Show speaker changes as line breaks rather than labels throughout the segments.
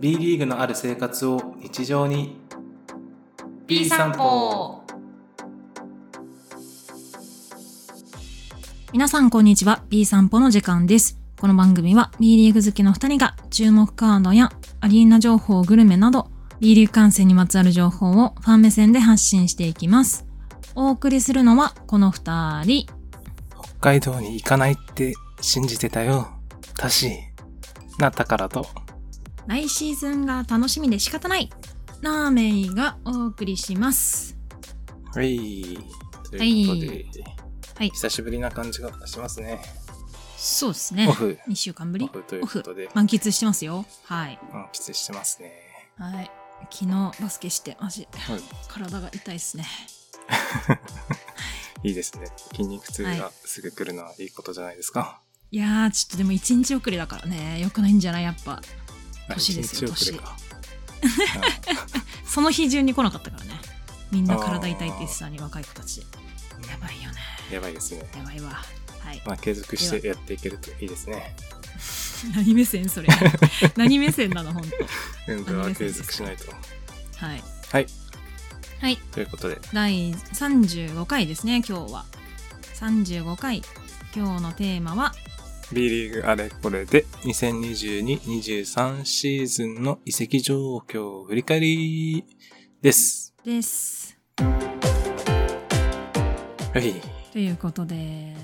B リーグのある生活を日常に
B 散歩
皆さんこんにちは B 散歩の時間ですこの番組は B リーグ好きの2人が注目カードやアリーナ情報グルメなど B リーグ観戦にまつわる情報をファン目線で発信していきますお送りするのはこの2人
北海道に行かないって信じてたよたしな宝と
来シーズンが楽しみで仕方ないラーメイがお送りします
はいと
はいいう
ことで、
はい
久しぶりな感じがしますね
そうですね
オフ
2週間ぶ
オ
り
フということで
満喫してますよはい
満喫してますね
はい昨日バスケしてマジ
はい
体が痛いですね
いいですね筋肉痛
は
がすぐ来るのはいいことじゃないですか、
いやーちょっとでも一日遅れだからねよくないんじゃないやっぱ
あ
年ですよ
一日遅れか
その日中に来なかったからねみんな体痛いって言ってたのに若い子たちや
うん
ばいよね
やばいですね
やばいわはい
まあ継続してやっていけるといいですね
何目線それ 何目線なのほんと
運動は継続しないと
はい
はい
はい
ということで
第35回ですね今日は35回今日のテーマは
B リーグあれこれで2022-23シーズンの移籍状況振り返りです。
です
はい。
ということで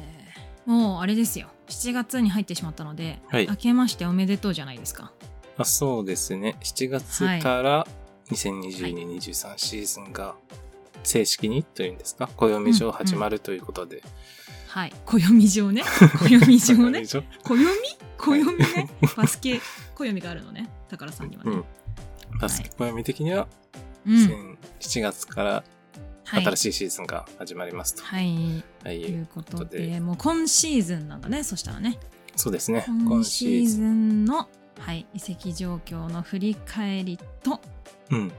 もうあれですよ7月に入ってしまったので、
はい
明けましておめでとうじゃないですか
あそうですね。7月から2022-23シーズンが正式にというんですか、暦上始まるということで。
はい暦上 ね暦上ね
暦上
暦暦ね バスケ暦があるのね宝さんには
う
ね
ん。バスケ暦的には、
うん、
7月から
はい
新しいシーズンが始まりますと。
はい
はい。
というこ
と
と
いうこと
でもう今シーズンなんだねそしたらね
そうですね。
今
今シ
シ
ー
ー
ズ
ズ
ン。
ンの、はい、移籍状況の振り返りと、
うん。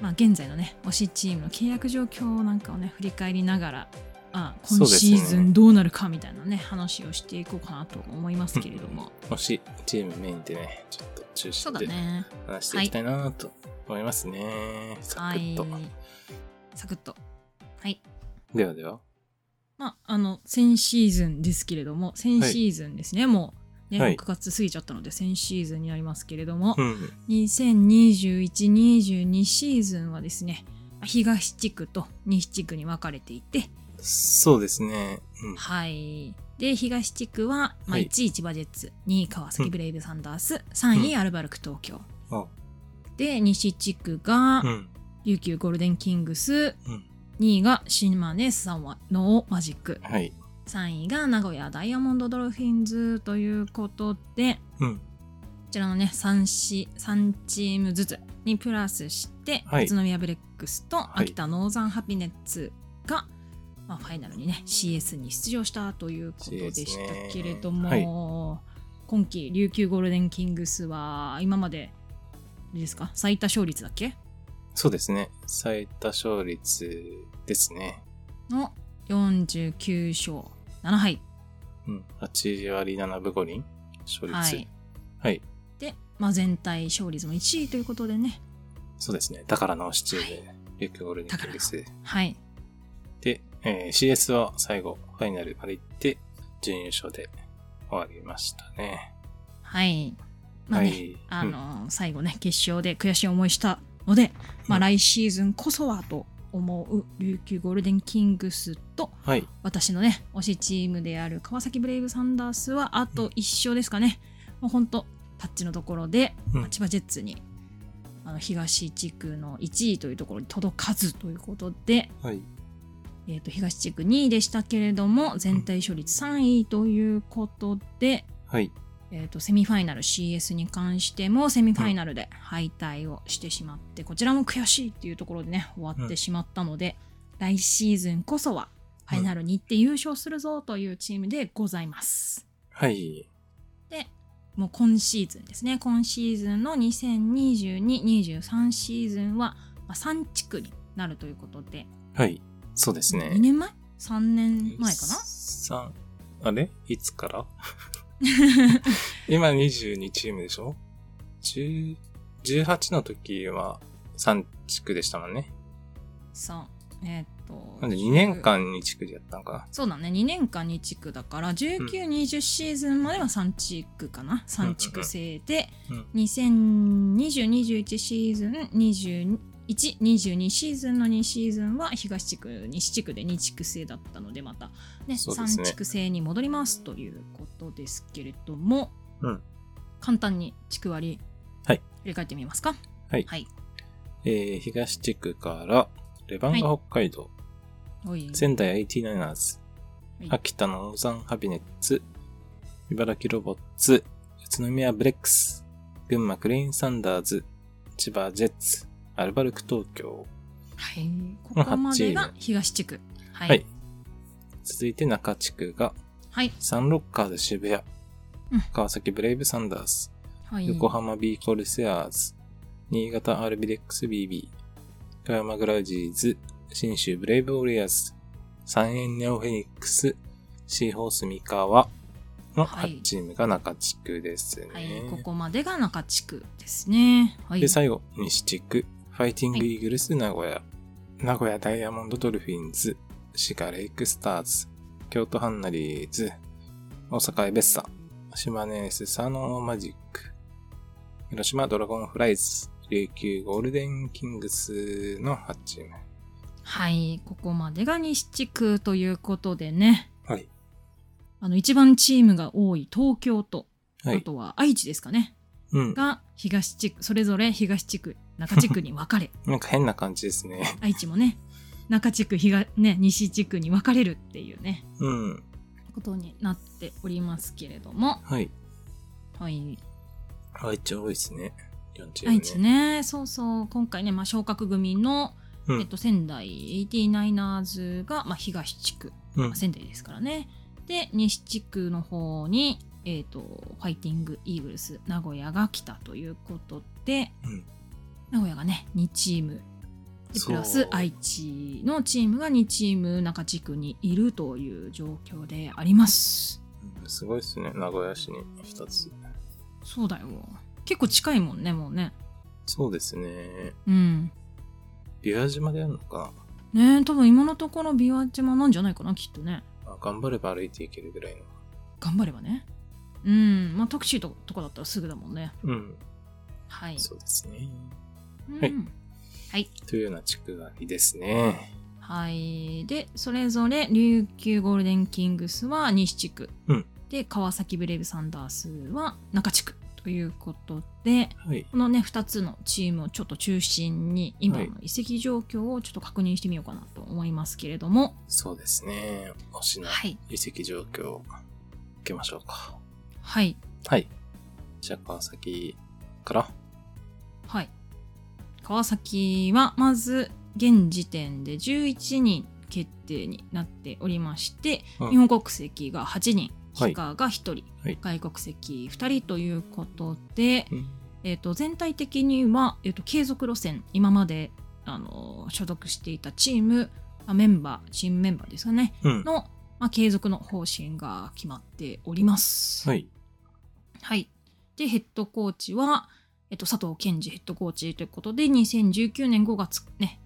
まあ、現在のね推しチームの契約状況なんかをね振り返りながらあ
そうで
今
すね
シーズンどうなるかみたいなね話をしていこうかなと思いますけれども、
もし、チームメインでね、ちょっと中心
そうだ
で
ね
話していきたいなと思いますね。サク
は
ッ
い
と。
サクッとはい
ではでは。
まああの先シーズンですけれども先シーズンですね、もうね、
はい
6月過ぎちゃったので先シーズンになりますけれども、
うん。
2021-22シーズンはですね東地区と西地区に分かれていて
そうですね。うん。
はいで東地区は、ま
は
あ、
い
1位千葉ジェッツ2位川崎ブレイブサンダース、3位アルバルク東京、
あ
で西地区が
うん。
琉球ゴールデンキングス
うん。
2位が島根スサンワノーマジック
はい。
3位が名古屋ダイヤモンドドルフィンズということで
うん。
こちらのね 3, し3チームずつにプラスして、
はい
宇都宮ブレックスと
い
秋田ノーザンハピネッツが、まあ、ファイナルにね CS に出場したということでしたけれども、
CS ね
今季琉球ゴールデンキングスは今まであれですか最多勝率だっけ
そうですね。最多勝率ですね。
の49勝7敗、
うん。8割7分5厘勝率。
は
はいい。、
で、まあ、全体勝率も1位ということでね
そうですね。だからの7チーム、琉球ゴールデンキングス。
はい
で、えー CS は最後、ファイナルまで行って、準優勝で終わりましたね。
はい。まあね、
はい
あの、最後ね、決勝で悔しい思いしたので、
う
まあ
ん
来シーズンこそはと思う琉球ゴールデンキングスと、
はい。
私のね、推しチームである川崎ブレイブサンダースはあと1勝ですかね。もうほんと、タッチのところで、
うん
千葉ジェッツに、あの東地区の1位というところに届かずということで、
はい。
えー、と東地区2位でしたけれども全体勝率3位ということで、
はい。
えー、とセミファイナル CS に関してもセミファイナルで敗退をしてしまって、こちらも悔しいっていうところでね終わっ
うん
てしまったので、来シーズンこそはファイナルに行って優勝するぞというチームでございます。
はい。
でもう今シーズンですね今シーズンの2022-23シーズンはまあ3地区になるということで
はい。そうですね。
2年前 ?3 年前かな
三あれいつ から今22チームでしょ ?10、 18の時は3地区でしたもんね。
そう。えーっと。
なんで2年間2地区でやったのか
そうだね、2年間2地区だから、19、20シーズンまでは3地区かな、3地区制で、
な。うん。
2020、21シーズン、21、22シーズンの2シーズンは東地区、西地区で2地区制だったので、また、ね、
そうです
3
ね
地区制に戻りますということですけれども、
うん
簡単に地区割り、
はい
振り返ってみますか。
はい
はい。
えー、東地区から、レバンガ北海道、
おい
仙台 IT9ers、
はい
秋田のオーザンハビネッツ、茨城ロボッツ、宇都宮ブレックス、群馬クレインサンダーズ、千葉ジェッツ、アルバルク東京。
はい、ここまでが東地区。は
はい。続いて中地区が、
はい。
サンロッカーズ渋谷、
うん
川崎ブレイブサンダース、
はい
横浜 B コルセアーズ、新潟 RBDXBB、富山グラウジーズ、新州ブレイブオリアーズ、三円ネオフェニックス、シーホース三河の
はい
8チームが中地区ですね。
はい、ここまでが中地区ですね。はい。
で、最後、西地区、ファイティングイーグルス名古屋、名古屋ダイヤモンドドルフィンズ、滋賀レイクスターズ、京都ハンナリーズ、大阪エベッサ、島根スサノーマジック、広島ドラゴンフライズ、琉球ゴールデンキングスの8チーム。
はい、ここまでが西地区ということでね。
はい。
あの、一番チームが多い東京と、
は
あ
い。
とは愛知ですかね。
うん。
が、東地区、それぞれ東地区、中地区に分 かれ。
なんか変な感じですね。
愛知もね、中地区、東、ね、西地区に分かれるっていうね、
うん。
ことになっておりますけれども。
はい。
はい。
愛知多いですね。4チーム、ね。
愛知ね、そうそう、今回ね、まあ、昇格組の、
うん
えっと、仙台 89ers が、まあ、東地区、
うん
まあ、。仙台ですからね。で、西地区の方に、えっと、ファイティングイーグルス、名古屋が来たということで、
うん
名古屋がね、2チーム。で
そう
プラス愛知のチームが2チーム中地区にいるという状況であります。
うんすごいですね。名古屋市に2つ。
そうだよ。結構近いもんね、もうね。
そうですね。
うん。
琵琶島でやるのか
ねえ多分今のところ琵琶島なんじゃないかなきっとね
な、まあ、頑張れば歩いていけるぐらいの。
頑張ればねうんまあタクシーととかだったらすぐだもんね
うん。
はい
そうですね。
うん
はい
はい、
というような地区がいいですね。
はいでそれぞれ琉球ゴールデンキングスは西地区、
うん
で川崎ブレイブサンダースは中地区ということで
はい。
このね2つのチームをちょっと中心に今
は
の
い
移籍状況をちょっと確認してみようかなと思いますけれども
そうですね。推しの
はい
遺跡状況を受けましょうか。
はい
はい。じゃあ川崎から。
はい。川崎は、まず、現時点で11人決定になっておりまして、
うん
日本国籍が8人、
はい
ヒカが1人、
はい
外国籍2人ということで、
うん。
えー、と全体的には、えー、と継続路線、今まで、あのー所属していたチーム、まあメンバー、チームメンバーですかね、
うん。
の、まあ、継続の方針が決まっております。
はい。
はい。で、ヘッドコーチは、えっと、佐藤健二ヘッドコーチということで、2019年5月、ね、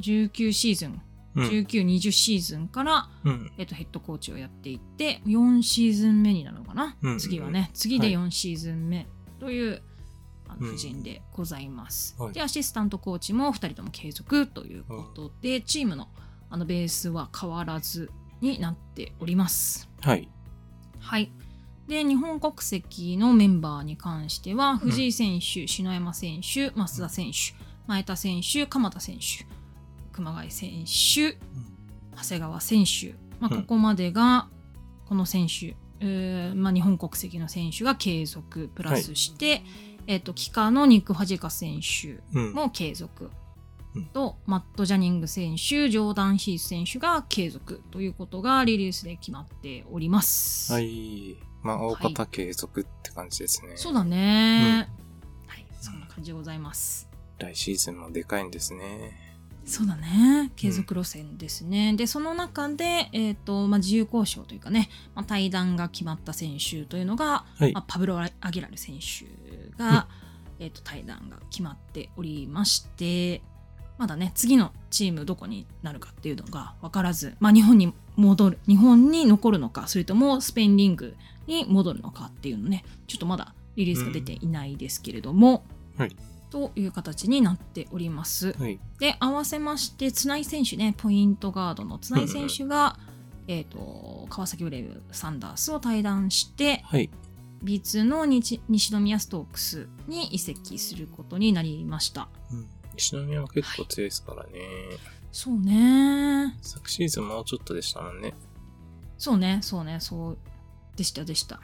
19シーズン、
うん。
19、20シーズンから、
うん。
えっと、ヘッドコーチをやっていって、4シーズン目になるのかな、
うんうんうん
次はね、次で
はい
4シーズン目という、あの
うん
布陣でございます、
はい
で、アシスタントコーチも2人とも継続ということで、チームのあのベースは変わらずになっております。
はい。
はい。で、日本国籍のメンバーに関しては、藤井選手、篠山選手、増田選手、前田選手、鎌田選手、熊谷選手、長谷川選手、まあ、
うん
ここまでが、この選手、えーまあ、日本国籍の選手が継続、プラスして、えっ、と、キカのニック・ファジカ選手
うん。
も継続
うん
と、マット・ジャニング選手、ジョーダン・ヒース選手が継続ということがリリースで決まっております。
はい。まあ、大方継続って感じですね。
そうだね、はい、そんな感じでございます。
来シーズンもでかいんですね。
そうだね。継続路線ですね。で、その中で、えっ、と、まあ、自由交渉というかね、まあ、対談が決まった選手というのが、
はい
まあ、パブロ・アギラル選手が、えー、と対談が決まっておりましてまだね次のチームどこになるかっていうのが分からず、まあ、日本に戻る日本に残るのかそれともスペインリングに戻るのかっていうのねちょっとまだリリースが出ていないですけれども、
うんはい
という形になっております。
はい。
で合わせまして綱井選手ねポイントガードの綱井選手が、えー、と川崎ブレイブサンダースを退団して
はい。
B2 の西西宮ストークスに移籍することになりました
うん。西宮は結構強いですからね。
そうね
昨シーズンもうちょっとでしたもんね。
そうねそうねそうでしたでした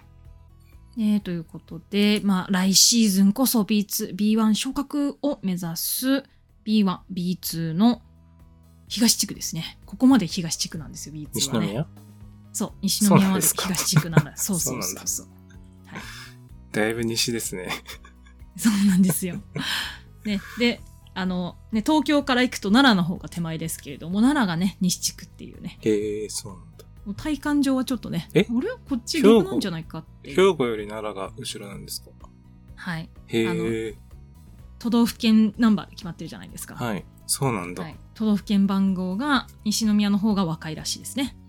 ねということでまあ来シーズンこそ B2B1 昇格を目指す B1B2 の東地区ですねここまで東地区なんですよ B2 はね
西宮
そう、西
そ
宮
うなん
ま
で
です
か
東地区なの。そうそ
そ
う
う
そ
なんだ
うそう。
だいぶ西ですね。
そうなんですよ。 ね、で、あの、ね、東京から行くと奈良の方が手前ですけれども、奈良がね、西地区っていうね、
へえ、そうなんだ。
もう体感上はちょっとね、あ
え
れこっち岐阜なんじゃないかっていう。
兵庫より奈良が後ろなんですか
はい。あの
へえ、
都道府県ナンバーで決まってるじゃないですか。
はい。そうなんだ
は。い都道府県番号が西宮の方が若いらしいですね。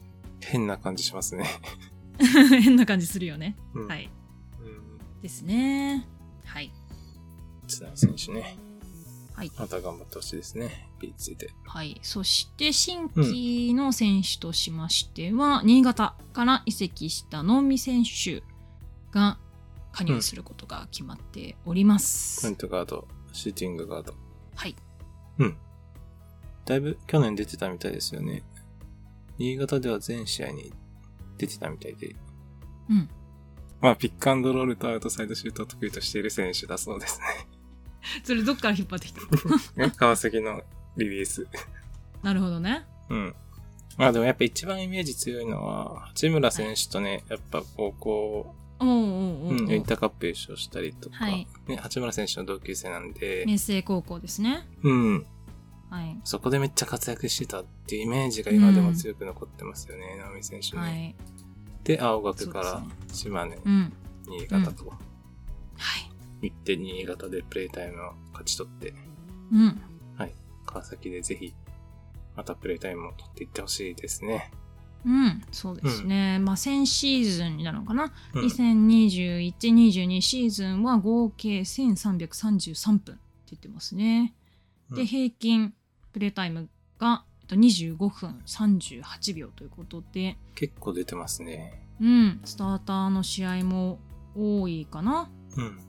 変な感じしますね。
変な感じするよね。
うん
は。い。
うん
ですね。はい。
津波選手ね。
はい。
また頑張ってほしいですね。B2 で。
はい、そして新規の選手としましては、新潟から移籍した能見選手が加入することが決まっております。
ポイントガード、シューティングガード。
はい、
うん。だいぶ去年出てたみたいですよね。新潟では全試合に出てたみたいで。
うん、
まあ、ピックアンドロールとアウトサイドシュートを得意としている選手だそうです
それどっから引っ張ってきた
ね。 川崎のリリース。
なるほどね。
うん。まあでもやっぱ一番イメージ強いのは、八村選手とね、やっぱ高校、
おうおうおうお
う、
うん
インターカップ優勝したりとか、
はい
ね、八村選手の同級生なんで、
明星高校ですね。
うん、
はい。
そこでめっちゃ活躍してたっていうイメージが今でも強く残ってますよね、直美選手ね。
はい。
で、青学か
そう
ら
です
島根、
うん。
新潟と
はい。
行って、新潟でプレイタイムを勝ち取って、
うん。
川崎でぜひ、またプレイタイムを取っていってほしいですね。
うん、そうですね。まあ、先シーズンになるのかな。
うん、
2021-22シーズンは合計1333分って言ってますね。
う
で、
ん
平均プレータイムがえっと25分38秒ということで、
結構出てますね。
うん、スターターの試合も多いかな。
うん。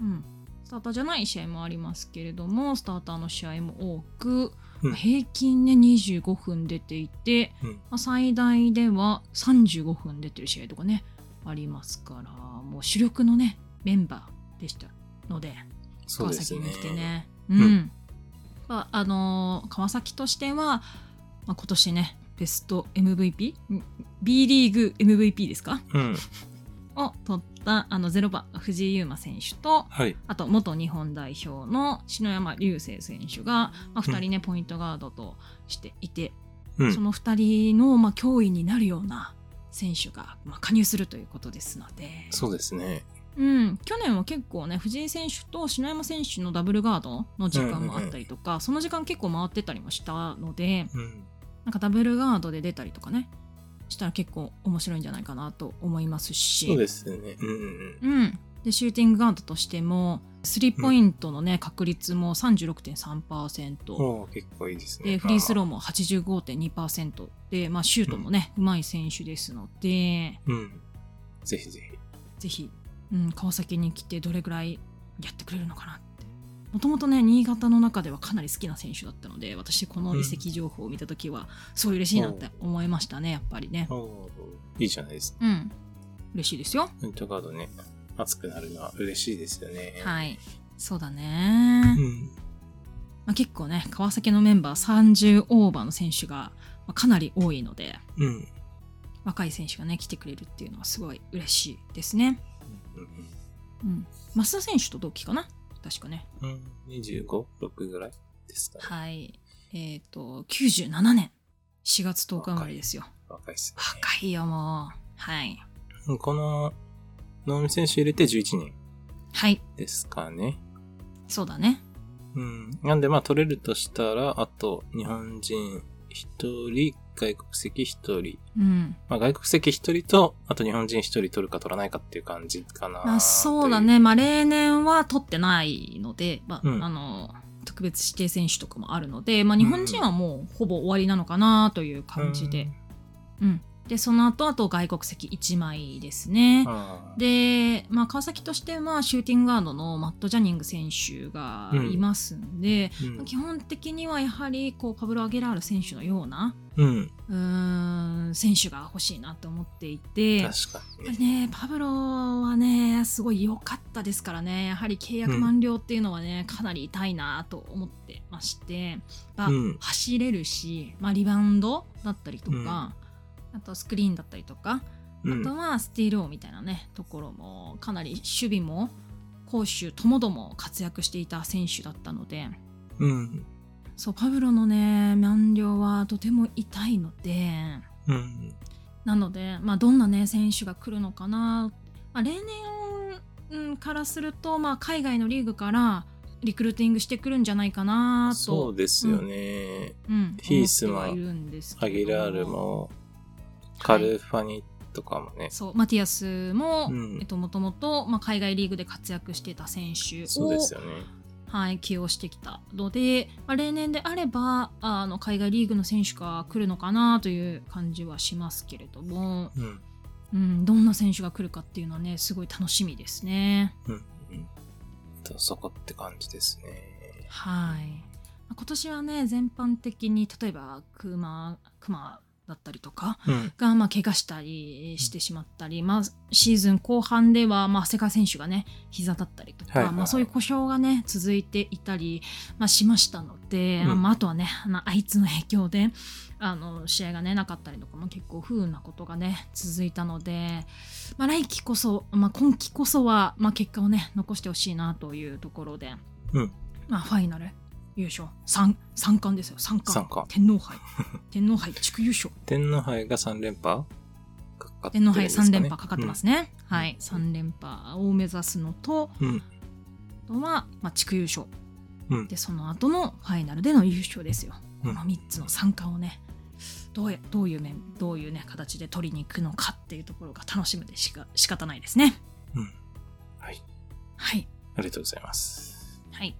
うん、スターターじゃない試合もありますけれども、スターターの試合も多く、
うん
平均ね25分出ていて、
うん
まあ、最大では35分出てる試合とかねありますからもう主力のねメンバーでしたので
そう
川
です
崎
ね。
に来てねうん、
うん
まああのー川崎としては、まあ、今年ねベスト MVP?B リーグ MVP ですか
うん。
を取ったあの0番藤井優馬選手と
はい。
あと元日本代表の篠山竜星選手が、まあ、2人ね、ポイントガードとしていて
うん。
その2人の、まあ、脅威になるような選手が、まあ、加入するということですので、
そうですね。
うん、去年は結構ね藤井選手と篠山選手のダブルガードの時間もあったりとか、その時間結構回ってたりもしたので
うん。
なんかダブルガードで出たりとかねしたら結構面白いんじゃないかなと思いますし
そうですね。うんうん。
うん、でシューティングガードとしてもスリーポイントの、ね確率も36.3%。
おー結構いいですね。
でフリースロ
ー。
ーも85.2%で、まあ、シュートもね、うまい選手ですので
うん。ぜひぜひ。
ぜひ、うん、川崎に来てどれぐらいやってくれるのかなってもともとね新潟の中ではかなり好きな選手だったので私この移籍情報を見た時はすごい嬉しいなって思いましたねやっぱりね
おーいいじゃないですか
うん嬉しいですよ
ポイントガードね、熱くなるのは嬉しいですよね。い。
はいそうだね、
うん。
まあ、結構ね川崎のメンバー30オーバーの選手がまあかなり多いので
うん。うん
若い選手がね来てくれるっていうのはすごい嬉しいですね
うん
うん、増田選手と同期かな確かね。
うん。25、6ぐらいですかね。
はい。えっ、と、97年4月10日生まれですよ。
若いっすね。
若いよ、もう。はい。
うんこの、能見選手入れて11人
はい。
ですかね。
そうだね。
うん。なんで、まあ、取れるとしたら、あと、日本人1人、外国籍1人。
うん。
まあ、外国籍1人と、あと日本人1人取るか取らないかっていう感じかな。
まあ、そうだ。ね。まあ、例年は取ってないので、まあ、
うん
あの、特別指定選手とかもあるので、まあ、日本人はもうほぼ終わりなのかなという感じで。うん。で、その後、あと外国籍1枚ですね。
うん。あ
で、まあ、川崎としてはシューティングガードのマット・ジャニング選手がいますんで、
ーうん
基本的にはやはりこうパブロ・アゲラール選手のような
うん。
うーん選手が欲しいなと思っていて。やっ
確か
ぱ
に
り
ね。
ね、パブロはねすごい良かったですからねやはり契約満了っていうのはね、かなり痛いなと思ってまして、まあ
うん
走れるし、まあ、リバウンドだったりとか、
うん
あとスクリーンだったりとか、
う
あと
ん。
はスティール王みたいなねところもかなり守備も攻守ともども活躍していた選手だったので
うん。
そうパブロのね満了はとても痛いので
うん。
なので、まあ、どんなね選手が来るのかな、まあ、例年うんからすると、まあ、海外のリーグからリクルーティングしてくるんじゃないかなと
そうですよね。
うん、
ヒースマン
思ってはいるんです
ア
けれ
ギ
ども
ラールも、カルファニとかもね。
そうマティアスも、
うん
えっと、もともと、まあ、海外リーグで活躍してた選手
そう
を
です、よね。
はい、起用してきたので、まあ、例年であればああの海外リーグの選手が来るのかなという感じはしますけれども、
うん。
うん、どんな選手が来るかっていうのはねすごい楽しみですね。
うん。うん。とそこって感じですね。
はいまあ今年はね全般的に例えばクマクマだったりとか
うん。
が、まあ、怪我したりしてしまったり、まあ、シーズン後半では、まあ、世界選手がね膝だったりとか、
はいはいはい
まあ、そういう故障がね続いていたり、まあ、しましたので、
うん
まあ、あとはねあのあいつの影響であの試合がねなかったりとかも結構不運なことがね続いたので、まあ、来季こそ、まあ、今季こそは、まあ、結果をね残してほしいなというところで、
うん
まあ、ファイナル優勝 3, 三冠ですよ三冠
三冠
天皇杯天皇杯地区優勝
天皇杯が3連覇かかって
天
るん
皇
で
杯
すかね
3連覇かかってますね、
ん
はい3連覇を目指すのと
うん。
あとは、まあ、地区優勝
うん。
でその後のファイナルでの優勝ですよ、
うん
この3つの三冠をねどうやどういう面どういうね形で取りに行くのかっていうところが楽しみでしか仕方ないですね
うん。はい。
はい
ありがとうございます。
はい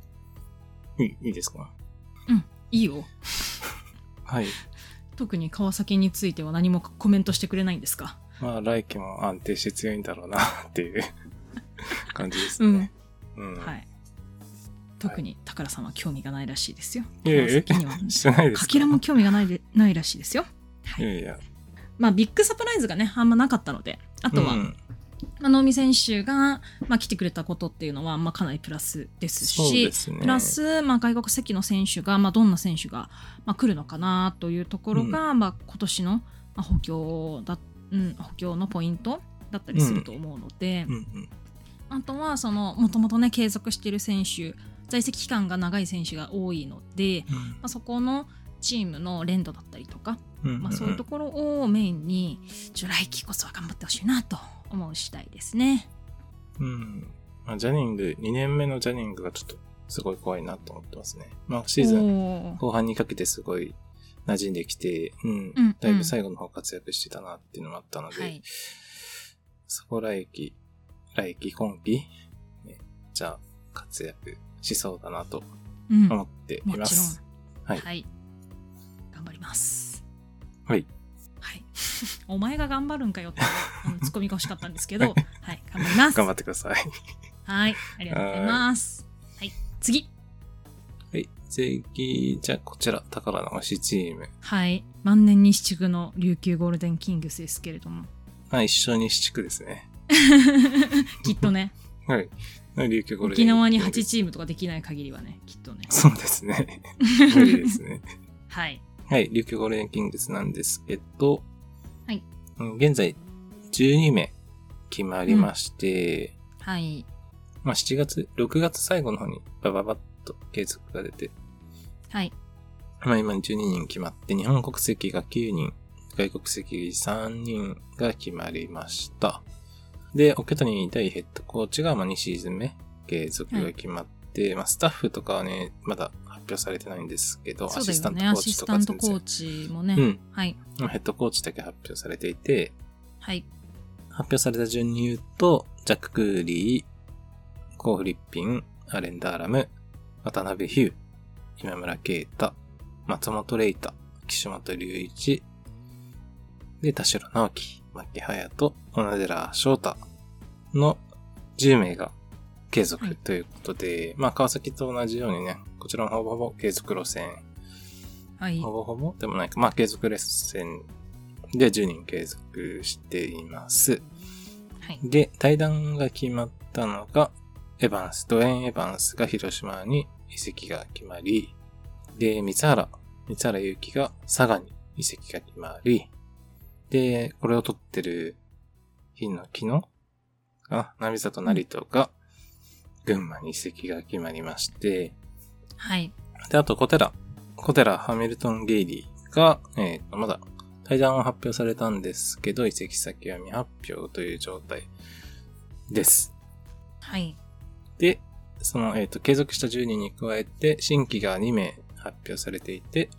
いいいいですか
いいよ
はい。
特に川崎については何もコメントしてくれないんですか
まあ、来季も安定して強いんだろうなって いう感じですね。うん。。
はいい特に宝さんは興味がないらしいですよ
いやいや
川崎 には
してないですか
かけらも興味がないでないらしいですよはい
いやいや。
まあ、ビッグサプライズがねあんまなかったのであとは、
うん
まあ、能見選手が、まあ、来てくれたことっていうのは、まあ、かなりプラスです
そう
し
ですね。
プラス、まあ、外国籍の選手が、まあ、どんな選手が、まあ、来るのかなというところが、まあ、今年の、まあ、補強だ、うん、補強のポイントだったりすると思うので、
うんうん。
あとはそのもともとね継続している選手在籍期間が長い選手が多いので、まあ、そこのチームの連動だったりとか
うんうん。
まあ、そういうところをメインにちょ来季こそは頑張ってほしいなと思う次第ですね。
うん。まあ、ジャニング、2年目のジャニングがちょっとすごい怖いなと思ってますね。まあ、シーズン
ン
後半にかけてすごい馴染んできて、うん。
うん
だいぶ最後の方活躍してたなっていうのもあったので、
はい
そこ来季、来季今季、ね、じゃあ活躍しそうだなと
うん、
思
も
ってい
ちろん、
ます。はい
頑張ります。
はい。
はい、 お前が頑張るんかよってあのツッコミが欲しかったんですけど、はい、頑張ります。
頑張ってください。
はい、ありがとうございます。はい、次。
はい。次、じゃあこちら、宝の推しチーム。
はい、万年西地区の琉球ゴールデンキングスですけれども、
まあ一緒に四区ですね。
きっとね、
はい。琉球ゴールデ
沖
ン
縄に8チームとかできない限りはね、きっとね。
そうですね。無理ですね。
はい、
はい。琉球ゴールデンキングスなんですけど、
はい
うん。現在、12名決まりまして、
はい、
まあ7月、6月最後の方にバババッと継続が出て、
はい、
まあ今12人決まって、日本国籍が9人、外国籍3人が決まりました。で、桶谷大ヘッドコーチがまあ2シーズン目継続が決まって、で、まあ、スタッフとかはね、まだ発表されてないんですけど、
そ
ア
う
シ
だ
スタン
よ
ト
ね。
コ
ア
ーチ
シ
と
ス
か
タ
は
ント
全
コ
然
ーチもね。
うん
はい。
まあヘッドコーチだけ発表されていて、
はい。
発表された順に言うと、ジャック・クーリー、コー・フリッピン、アレン・ダーラム、渡辺ヒュー、今村啓太、松本玲太、岸本隆一、で、田代直樹、牧隼人、小野寺翔太の10名が継
は
続
い
ということで、まあ、川崎と同じようにね、こちらもほぼほぼ継続路線
はい
ほ。ぼほぼでもないか。まあ、継続レッスンで10人継続しています。
はい。
で、対談が決まったのが、エヴァンス、ドエン・エヴァンスが広島に移籍が決まり、で、三原、三原祐希が佐賀に移籍が決まり、で、これを撮ってる日の昨日あ、波里成人が群馬に移籍が決まりまして、
はい。
で、あと、小寺。小寺ハミルトン・ゲイリーが、えっ、と、まだ、対談は発表されたんですけど、移籍先は未発表という状態です。
はい。
で、その、えっ、と、継続した10人に加えて、新規が2名発表されていて、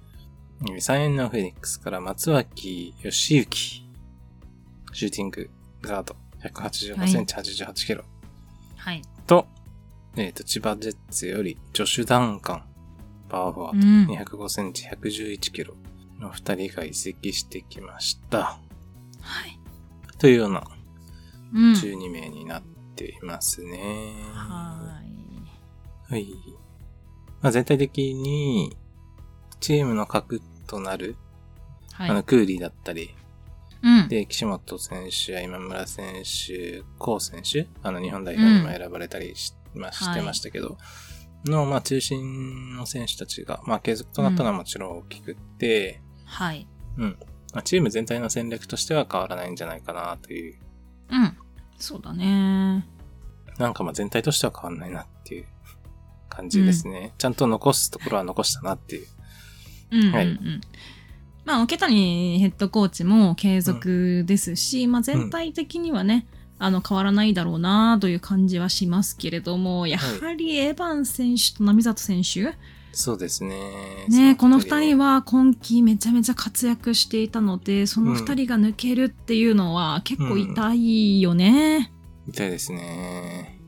サイエンのフェニックスから松脇義行、シューティングガード、185センチ、88キロ、
はい。
と、えっ、と、千葉ジェッツより、ジョシュ・ダンカン、パワーフォワード
う、ん。
205センチ、111キロの2人が移籍してきました。
はい。
というような
うん。
12名になっていますね。
はーい。
はい。まあ、全体的に、チームの核となる、あ
は
の、
い。
クーリーだったり、
うん。
で、岸本選手や今村選手、コウ選手、あの、日本代表にも選ばれたりし,、まあ、
はい
してましたけど、の、まあ、中心の選手たちが、まあ、継続となったのはもちろん大きくって、
はい。
うん。まあチーム全体の戦略としては変わらないんじゃないかなという。
うん。そうだね。
なんかまあ全体としては変わらないなっていう感じですね。ちゃんと残すところは残したなっていう。
うんうんうん。
はい
まあ、桶谷ヘッドコーチも継続ですし、まあ、全体的にはね、あの変わらないだろうなという感じはしますけれども、やはりエヴァン選手と並里選手、
そうですね。
ね、この2人
は。
は今季めちゃめちゃ活躍していたので、その2人が抜けるっていうのは結構痛いよね。
痛いですね。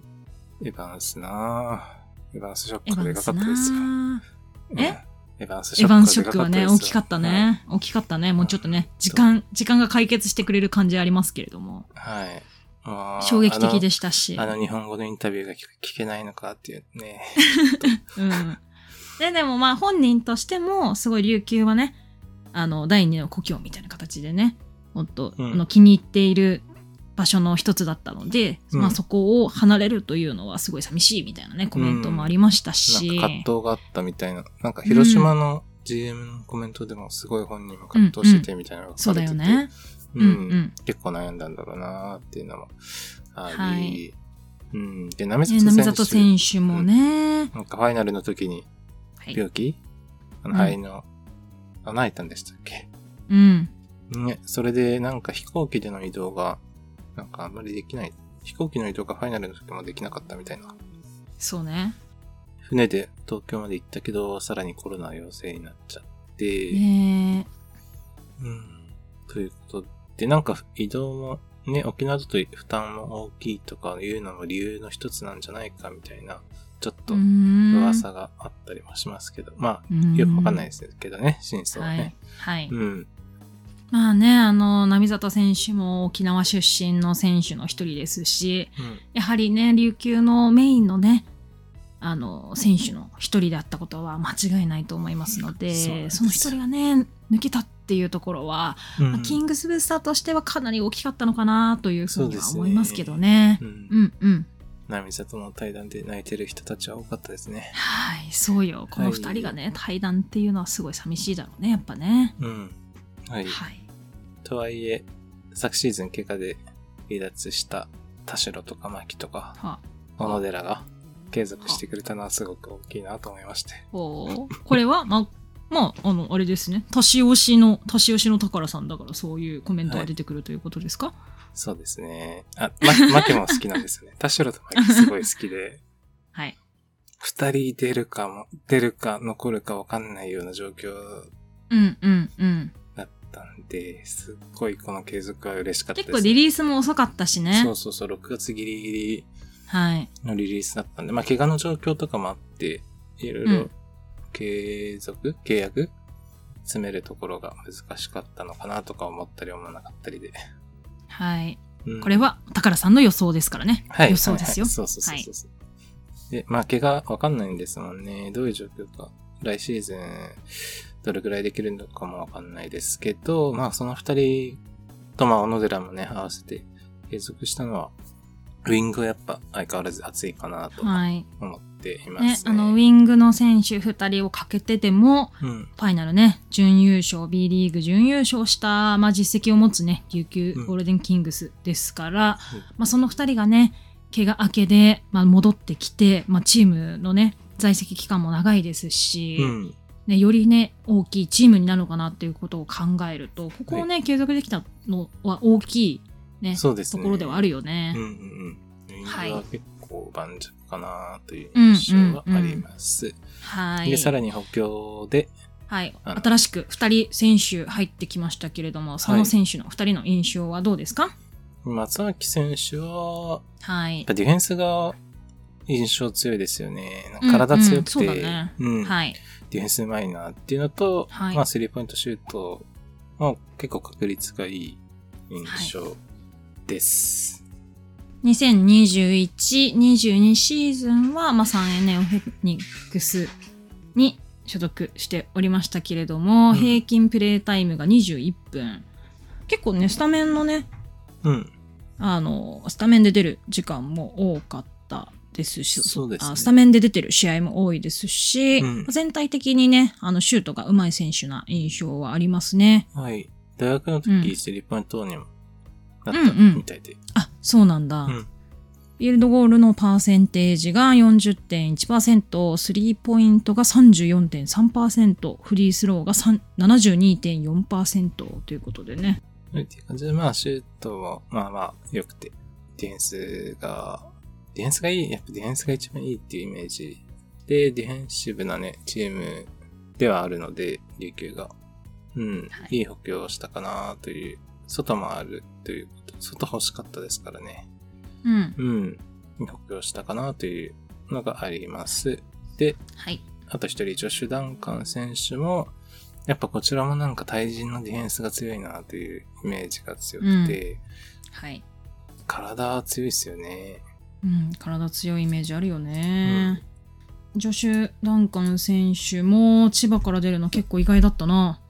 エヴァンスなぁ。エヴァンスショッ
エ
クが
ヴァ
で
ン
か
ス
かったですよ。
な
うん
え
エヴァンス
エ
ショック
ヴァ
が
ン
で
ショックはね、大きかった
ですよ。
ね。大きかったね。もうちょっとね、時間、時間が解決してくれる感じありますけれども。
はい。あー
衝撃的でしたし。
あのあの日本語のインタビューが聞聞けないのかっていうね。
うん。で、でもまあ本人としても、すごい琉球はね、あの、第二の故郷みたいな形でね、もっと、
うん
あの気に入っている場所の一つだったので、
うん
まあそこを離れるというのはすごい寂しいみたいなね、コメントもありました
なん
し。
か葛藤があったみたいな。なんか広島の GM のコメントでもすごい本人も葛藤しててみたいなのが
そ
書
う
か
だ
れて
よ
て、
ね。
う
うんうん
ん。結構悩んだんだろうなーっていうのもあり、
はい
うん。で、なめさ
ね、
と
波
選手
里選手もね、
なんかファイナルの時に
はい。
病気、あの
うん
肺の穴開いたんでしたっけ、
うん。
ね。それでなんか飛行機での移動が、なんかあんまりできない。飛行機の移動がファイナルの時もできなかったみたいな。
そうね。
船で東京まで行ったけど、さらにコロナ陽性になっちゃって、
ね
うんということで、なんか移動もね、沖縄だと負担も大きいとかいうのも理由の一つなんじゃないかみたいな、ちょっと噂があったりもしますけど、まあ、よくわかんないですすけどね、真相はね。
はい。はい
うん。
まあね、あの、並里選手も沖縄出身の選手の一人ですし、
うん
やはりね、琉球のメインのね、あの、選手の一人だったことは間違いないと思いますので、
そう
そ
なんです
の一人がね、抜けたっていうところは、
うん
まあキングスブースターとしてはかなり大きかったのかなというふうに
そうで
は
すね
思いますけどね
う。。
うんんうん。
波里の対談で泣いてる人たちは多かったですね。
はい、そうよ。この二人がね、対談っていうのはすごい寂しいだろうね、やっぱね。
うん。はい。
はい。
とはいえ、昨シーズン怪我で離脱した田代とか牧とか、
は
小野寺が継続してくれたのはすごく大きいなと思いまして。
おーこれは、まあ、まあ、あの、あれですね。足し押しの、足し押しの宝さんだから、そういうコメントが出てくるということですか、
そうです ね。あ、ま、マケも好きなんですよね。田代とマケすごい好きで、
はい。
二人出るかも、出るか残るかわかんないような状況
うんうんうん。
だったんで、すっごいこの継続は嬉しかったで
結
す。
構リリースも遅かったしね
そ。うそうそう、6月ギリギリ
はい。
のリリースだったんで、まあ、怪我の状況とかもあって、いろいうろ
ん
継続、契約詰めるところが難しかったのかなとか思ったり思わなかったりで。
はい。
うん
これは、宝さんの予想ですからね。
はい、
予想ですよ。
はいはいそうそうそうそうそう、で、まあ、怪我わかんないんですもんね。どういう状況か。来シーズン、どれくらいできるのかもわかんないですけど、まあ、その二人と、まあ、小野寺もね、合わせて継続したのは、ウィングはやっぱ相変わらず熱いかなと
はい。
思っていますね。
ね、あの、ウィングの選手2人をかけてでも、
うん、
ファイナルね、準優勝、B リーグ準優勝した、まあ、実績を持つね、琉球
うん
ゴールデンキングスですから、
うん
まあ、その2人がね、怪我明けで、まあ、戻ってきて、まあ、チームのね、在籍期間も長いですし、
うん、
ね、よりね、大きいチームになるのかなっていうことを考えると、ここをね、継続できたのは大きい、ね、
そうです
と
ね。
ころではあるよ
う
ね
んう。んうん。ウィングは結構盤石かなという
うん
印象はあります。
はい。
で、さらに補強で、
はい、
あの
新しく2人選手入ってきましたけれども、その選手の2人の印象はどうですか
松脇選手は、
はい
やっ。ぱディフェンスが印象強いですよね。なん
うん
か体強く
うんそう
て、
だね
うん
はい。
ディフェンスうまいなっていうのと、
はい
まあ、スリーポイントシュートも結構確率がいい印象です。
2021-22シーズンは、まあ、3NN フェニックスに所属しておりましたけれども、
うん
平均プレータイムが21分。結構ね、スタメンのね、
うん。
あの、スタメンで出る時間も多かったですし、
そうですね
あスタメンで出てる試合も多いですし、
うん
全体的にね、あの、シュートが上手い選手な印象はありますね。
はい。大学の
うん
時、スリーポイント王にもなった
うんうん
みたいで。
あ、そうなんだ。
うん
フィールドゴールのパーセンテージが40.1%、スリーポイントが34.3%、フリースローが3 72.4%ということでね。
っていう感じで、まあ、シュートも、まあまあ、良くて、ディフェンスが、ディフェンスがいい、やっぱディフェンスが一番いいっていうイメージで、ディフェンシブなね、チームではあるので、琉球が。うん、
はい
い、い補強をしたかなという、外もあるということ、外欲しかったですからね。
うん。
うん、いい補強したかなというのがあります。で、
はい。
あと一人、ジョシュ・ダンカン選手も、やっぱこちらもなんか対人のディフェンスが強いなというイメージが強くて、
はい。
体強いですよね。
うん、体強いイメージあるよ
う
ね。ジョシュ・ダンカン選手も千葉から出るの結構意外だったな。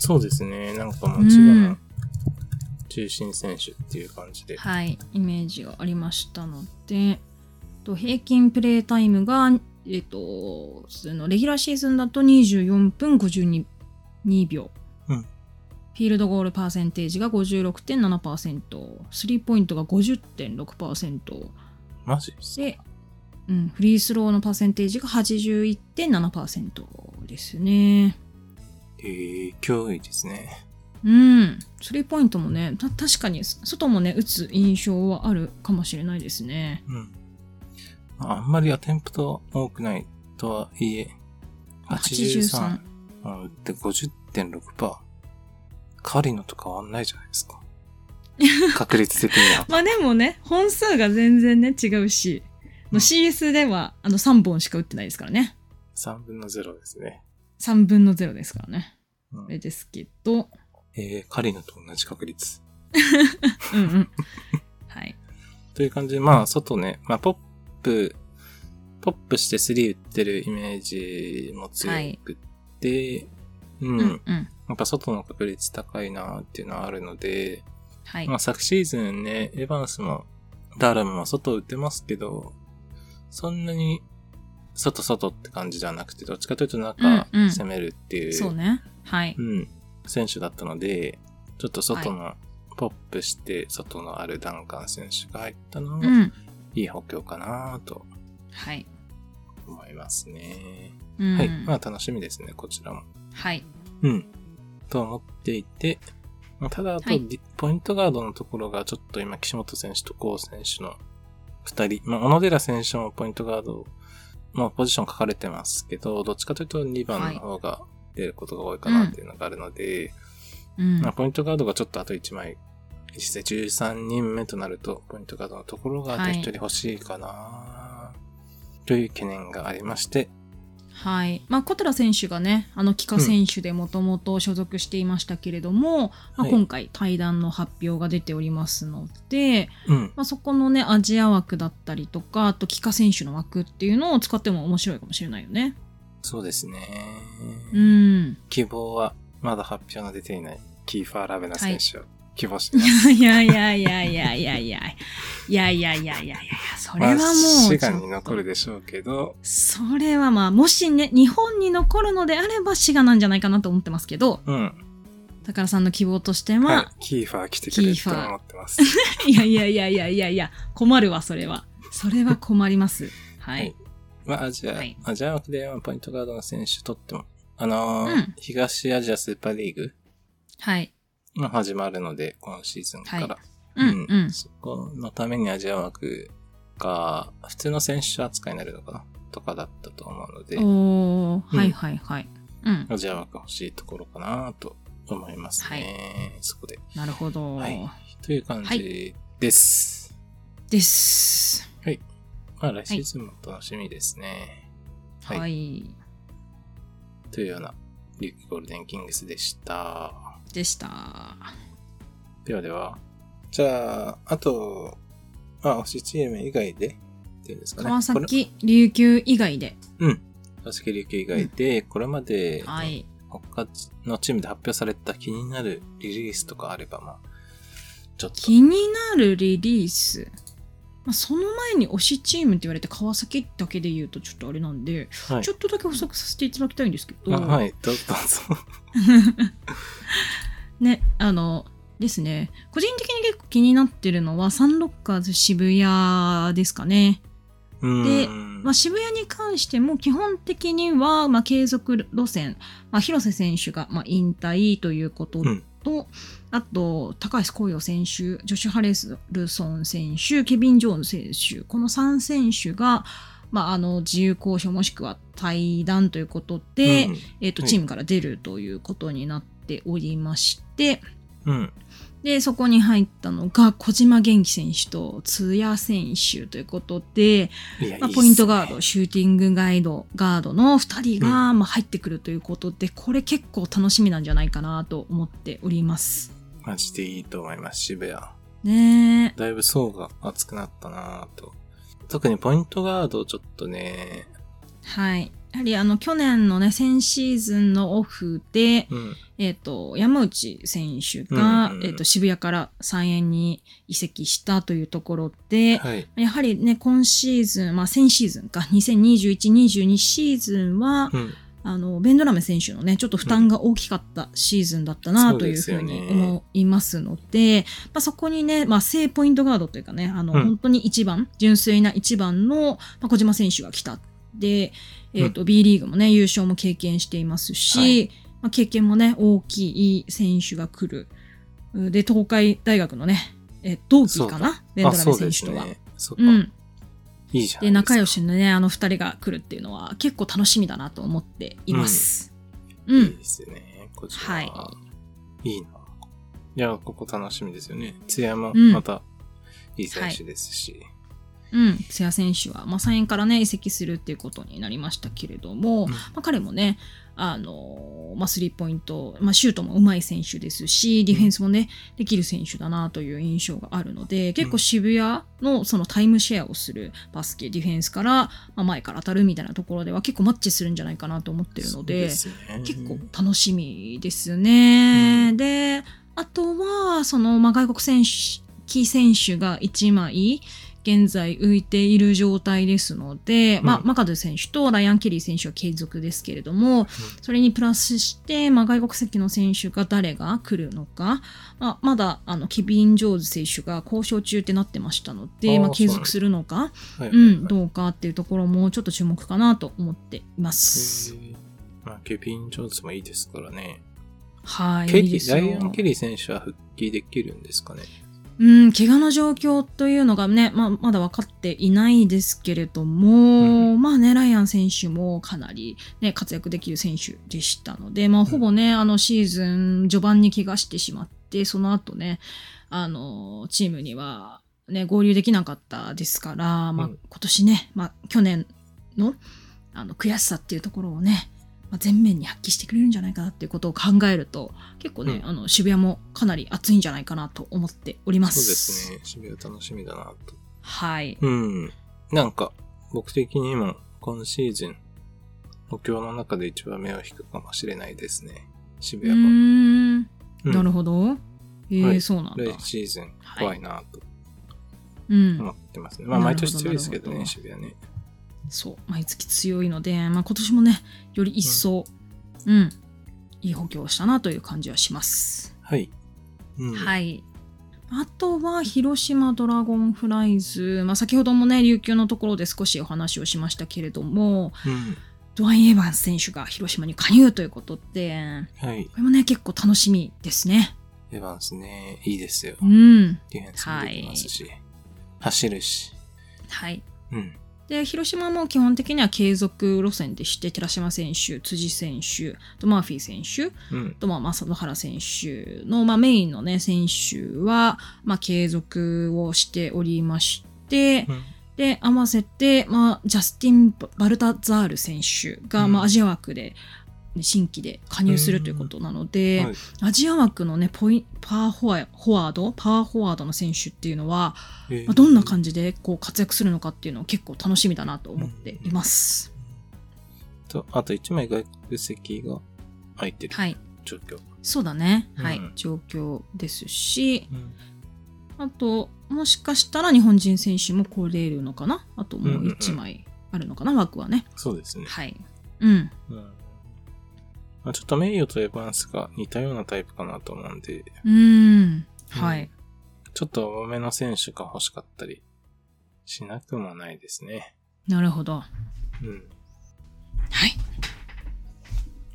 そうですね。なんかも
うん
う千葉の中心選手っていう感じで。
はい、イメージがありましたので、と平均プレータイムが、えっと、そのレギュラーシーズンだと24分52秒、
うん
フィールドゴールパーセンテージが56.7%、スリーポイントが50.6%
マジっす
で、うん、フリースローのパーセンテージが81.7%ですね。
えー、脅威ですね。
うん、スリーポイントもね、た確かに外もね、打つ印象はあるかもしれないですね。
うん。まああんまりアテンプト多くないとはいえ、83。うん、で50.6%。カリノと変わんないじゃない ですか。確率的には。
まあでもね、本数が全然ね、違うし、
うん
CS ではあの3本しか打ってないですからね。
3分の0ですね。
3分の0ですからね。
う
あ
ん
れですけど、
えー、カリノと同じ確率。
うん うん。はい。
という感じで、まあ、外ね、まあ、ポップ、ポップして3打ってるイメージも強くって、うん、
うんうん。
やっぱ外の確率高いなっていうのはあるので、
はい
ま。あ、昨シーズンね、エヴァンスも、ダーラムも外打ってますけど、そんなに、外外って感じじゃなくて、どっちかというと中
うんうん
攻めるっていう、
そうね。はい。
うん、選手だったので、ちょっと外の、ポップして、外のあるダンカン選手が入ったのを、
うん。
いい補強かなと
はい。
思いますね。
うん
はい。まあ楽しみですね、こちらも。
はい。
うん。と思っていて、まあただ、あと、
はい
ディポイントガードのところがちょっと今、岸本選手と郷選手の二人、まあ、小野寺選手もポイントガードまあ、ポジション書かれてますけど、どっちかというと2番の方が出ることが多いかなっていうのがあるので、
うん
まあ、ポイントガードがちょっとあと1枚、実際13人目となると、ポイントガードのところがあと1人欲しいかな、という懸念がありまして、
はいまあ、小寺選手がねあの帰化選手でもともと所属していましたけれども、まあ、
はい
今回対談の発表が出ておりますので、
うん。
まあ、そこのねアジア枠だったりとかあと帰化選手の枠っていうのを使っても面白いかもしれないよね。
そうですね。
うん、
希望は、まだ発表の出ていないキーファー・ラベナ選手を希望してます。
いやいやいやいやいやいやいやいやいやいやいやいやそれはも
まあ
う
滋
ちょ
賀
っ
に残
と
るでしょうけど、
それはまあもしね日本に残るのであれば滋賀なんじゃないかなと思ってますけど
うん。
宝さんの希望としては、
はい。キーファー来てくれって思ってます。
いやいやいやいやいやいや、困るわ、それは。それは困ります。は
はい
い。
まあ、アジア、
はい
アジア枠ではポイントガードの選手取っても、あのー
うん
東アジアスーパーリーグ
はい。
が始まるので、今シーズンから。
はうん、うん。
そこのためにアジア枠が、普通の選手扱いになるのかなとかだったと思うので、
おー、
うん
はいはいはい。うん。
アジア枠欲しいところかなと思いますね。そこで。
なるほど。
はいという感じです。
です。
まあ、来シーズンも楽しみですね。はい
はい。
というような、リュックゴールデンキングスでした。
でした。は
ではでは。じゃあ、あと、あ、推しチーム以外でっていうんですかね。
川
これ
崎、琉球以外で。
うん。川崎琉球以外で、これまで、
はい。
他のチームで発表された気になるリリースとかあれば、まあ、ちょっと。
気になるリリース。まあ、その前に推しチームって言われて川崎だけで言うとちょっとあれなんで、
はい
ちょっとだけ補足させていただきたいんですけど、
あはい、どう ぞどうぞ。
ね、あの、ですね。個人的に結構気になってるのは、サンロッカーズ渋谷ですかね。
うーん。
まあ、渋谷に関しても、基本的には、まあ、継続路線、まあ、広瀬選手が、まあ、引退ということ
うん
と、あと、高橋光陽選手、ジョシュ・ハレスルソン選手、ケビン・ジョーンズ選手、この3選手が、まあ、あの自由交渉もしくは対談ということで、えっと
はい
チームから出るということになっておりまして、
うん、うん。
で、そこに入ったのが、小島元気選手と津屋選手ということで、
いや、
まあ
いいっすね
ポイントガード、シューティングガイド、ガードの2人が、まあ、入ってくるということで、これ結構楽しみなんじゃないかなと思っております。
マジでいいと思います、渋谷。
ねえ。
だいぶ層が厚くなったなぁと。特にポイントガード、ちょっとね、
はい。やはりあの去年のね、先シーズンのオフで、
うん。
えっ、と、山内選手が、
うんうんうん
えっ、と、渋谷から三円に移籍したというところで、
はい。
やはりね、今シーズン、まあ先シーズンか、2021、22シーズンは、
うん。
あの、ベンドラメ選手のね、ちょっと負担が大きかったシーズンだった
う
なんというふ
そう
う
ですよ
に
ね
思いますので、まあそこにね、まあ正ポイントガードというかね、あの、
うん
本当に一番、純粋な一番の、まあ、小島選手が来た。で、えっ、と、B リーグもね、優勝も経験していますし、
はい
まあ経験もね、大きい選手が来る。で、東海大学のね、えー同期かな、ベンド
あ、
ラ
そ
メ
う
選
で
手
す
とは。
ね。そっか。
うん、
いいじゃん。
で仲良しのねあの二人が来るっていうのは結構楽しみだなと思っています。うん、
いいですよね。こちらは。。
はい
いな。いや、ここ楽しみですよね。津山も
うん
また、いい選手ですし。
うん、瀬谷選手は、まあ、3円からね移籍するっていうことになりましたけれども、
うん
まあ、彼もねあのーまあ、スリーポイント、まあ、シュートもうまい選手ですしディフェンスもね、できる選手だなという印象があるので結構渋谷のそのタイムシェアをするバスケディフェンスから、まあ、前から当たるみたいなところでは結構マッチするんじゃないかなと思ってるので。
そうすね
結構楽しみですね。
うん
で、あとは、その、まあ、外国選手、キー選手が1枚、現在浮いている状態ですので、まあ、
うん
マカドゥ選手とライアン・ケリー選手は継続ですけれども、それにプラスして、まあ、外国籍の選手が誰が来るのか、まあ、まだ、あの、ケビン・ジョーズ選手が交渉中ってなってましたので、
あー
まあ、継
そうなん
続
だ
するのか、
はいは
う
いはい
ん、どうかっていうところもちょっと注目かなと思っています。
へーまあ、ケビン・ジョーンズもいいですからね。
はい。
ケ
いい
リ
です
ー、
よ
ライアン・ケリー選手は復帰できるんですかね。
うん、怪我の状況というのがね、まあ、まだ分かっていないですけれども、
う
のまあね、ライアン選手もかなり、ね、活躍できる選手でしたので、まあ、ほぼね、あのシーズン序盤に怪我してしまって、その後ね、あのチームには、ね、合流できなかったですから、まあ、
うん
今年ね、まあ、去年のあの悔しさっていうところをね、まあ、全面に発揮してくれるんじゃないかなっていうことを考えると、結構ね、
うん
あの渋谷もかなり熱いんじゃないかなと思っております。
そうですね。渋谷楽しみだなと。
はい。
うん。なんか、僕的にも今シーズン、補強の中で一番目を引くかもしれないですね。渋
うー
谷が。
ん、
うん
なるほど。えー
はい
そうなんだ。
来シーズン、怖いなと
うん、
思ってますね。まあ、
なるほど
毎年強いですけど
な
ね、
るほ
渋谷ね。
そう、毎月強いので、まあ、今年もね、より一層、うん、いい補強をしたなという感じはします。
はい。うん。い。
はい。あとは、広島ドラゴンフライズ、まあ、先ほどもね、琉球のところで少しお話をしましたけれども、
うん。
ドワイン・エヴァンス選手が広島に加入ということで、
はい。
これもね、結構楽しみですね。
エヴァンスね、いいですよ。
うん。
ディフェンスもできますし、走るし。
はい。
うん。
で広島も基本的には継続路線でして寺島選手辻選手あとマーフィー選手
うん
あ。とまあ正野原選手の、まあ、メインのね選手は、まあ、継続をしておりまして、
うん
で合わせて、まあ、ジャスティン・バルタザール選手が、
うん
まあ、アジア枠でね新規で加入するということなので、
はい
アジア枠のねポイパワーフォワフォワードパワーフォワードの選手っていうのは、
えー
まあ、どんな感じでこう活躍するのかっていうのを結構楽しみだなと思っています。
と、あと1枚外国籍が入ってる
はい、
状況。
そうだね、はい
うん
状況ですし
うん
あともしかしたら日本人選手も来れるのかなあともう1枚あるのかな、枠はね。
そうですね。
はい、うん
うんまあ、ちょっと名誉とエヴァンスが似たようなタイプかなと思うんで、
うーんはい、
ちょっと多めの選手が欲しかったりしなくもないですね。
なるほど。は
うん。
い。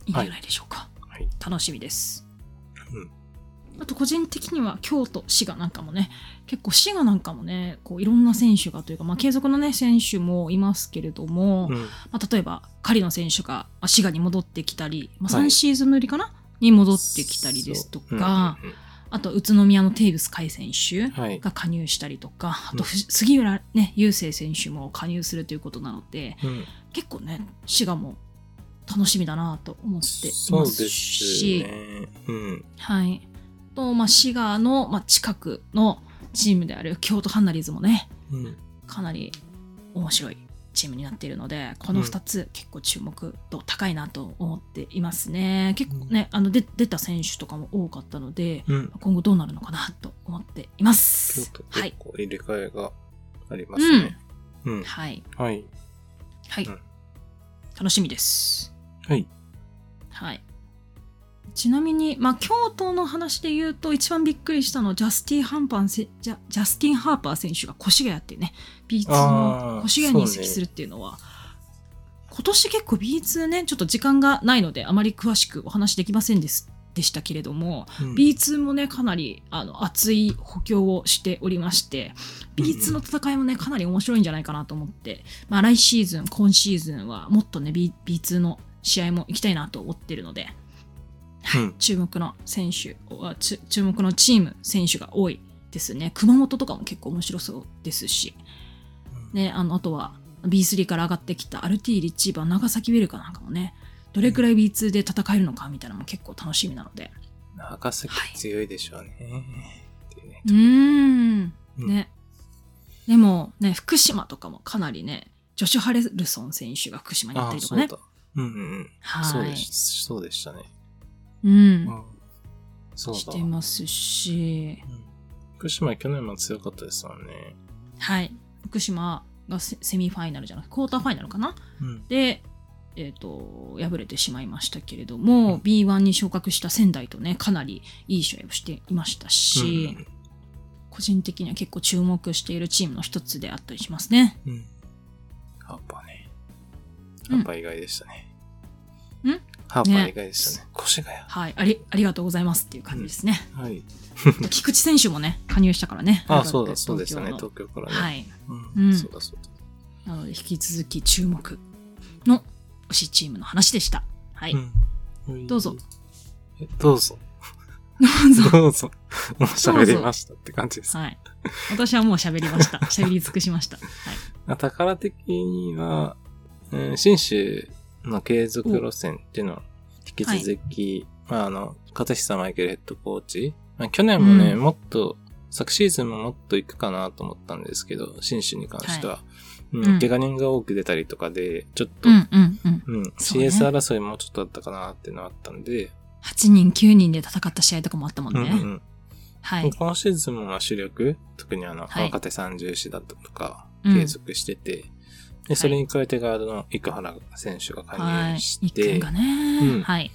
いいんじゃないでしょうか。
はい。
楽しみです。
うん
あと個人的には京都、滋賀なんかもね、結構滋賀なんかもね、こういろんな選手がというか、まあ、継続のね、選手もいますけれども、
うん。
まあ、例えば狩野選手がまあ滋賀に戻ってきたり、まあ、
は
3
い
シーズンぶりかな、に戻ってきたりですとか、
そううんうん
あと宇都宮のテーブス海選手
うんはい。
が加入したりとか、あ
う
と
ん
ふ杉浦、ね、雄星選手も加入するということなので
うん。
結構ね滋賀も楽しみだなと思ってい
そう
ま
です
すし。
ね。うん。
はい、と、まあ、滋賀の、まあ、近くのチームである京都ハンナリーズもね
うん。
かなり面白いチームになっているのでこの2つ結構注目度高いなと思っていますね、結構ねあので出た選手とかも多かったので
うん。
今後どうなるのかなと思っていま
京
す
都
は
結
い
構入れ替えがありますね。うん。
はい
はい。
はい、
うん
楽しみです
はい。
はいちなみに、まあ、京都の話で言うと一番びっくりしたのはジャスティン・ハンパンせジャジャスティン・ハーパー選手が越谷っていうね B2 の
あー
越谷に移籍するっていうのは今年結構 B2 ねちょっと時間がないのであまり詳しくお話できませんですでしたけれども、
うん
B2 もねかなりあの熱い補強をしておりまして
うんうん
B2 の戦いもねかなり面白いんじゃないかなと思って、まあ、来シーズン今シーズンはもっとね、B、B2 の試合も行きたいなと思ってるので
うん。
注目の選手あち注目のチーム選手が多いですね熊本とかも結構面白そうですし、ね、あのあとは B3 から上がってきたアルティーリ千葉長崎ウェルカなんかもねどれくらい B2 で戦えるのかみたいなのも結構楽しみなので
長崎強いでしょうね。っていうね
うーん
うん
ね。でもね、福島とかもかなりね、ジョシュ・ハレルソン選手が福島に行ったりとかね。
ああそうだ。うんうんうん。
はい。
そうでしたそうでしたね。
うん。
うん。そう
し
だ。
てますし、
うん福島去年も強かったですもんね。
はい。福島がセセミファイナルじゃなくて、クォーターファイナルかな
うん。
で、えっ、と、敗れてしまいましたけれども、B1 に昇格した仙台とね、かなりいい試合をしていましたし、個人的には結構注目しているチームの一つであったりしますね。
うん。うん。ハーパーね。
う
ハ
ん
ーパー意外でしたね。
ん
ハーパー意外でしたね。越谷。
はい。あり、ありがとうございますっていう感じですね。
はい。
菊池選手もね、加入したからね。
あ
東京
そうだ、そうでしたね。
東
東京から
京
ね。
のはい。
う。
うんん
そうだ、そうだ。
なので引き続き注目の推しチームの話でした。はい。
うん
どうぞ。
えどうぞ。
どう ぞ。
どうぞ。もう喋りましたって感じです。
はい。私はもう喋り ました。喋り尽くしました。はい。
あ宝的には、うん、新州の継続路線っていうのを引き続き、まあ、あの、片久マイケルヘッドコーチ。まあ、去年もね、
うん
もっと、昨シーズンももっと行くかなと思ったんですけど、新州に関しては。うん
うん
怪我人が多く出たりとかで、ちょっと、
うんうんうん。
うん
そうね
CS 争いもちょっとあったかなっていうのはあったんで、
8人、9人で戦った試合とかもあったもん
うん
ね。
うん
は
も。
いう
このシーズンもまあ主力、特にあの、
はい
若手三重士だったとか、
うん
継続してて、で、それに加えてガードの生原選手が加
は
入
い。
し
一
て、
軒がね、
うん
はい。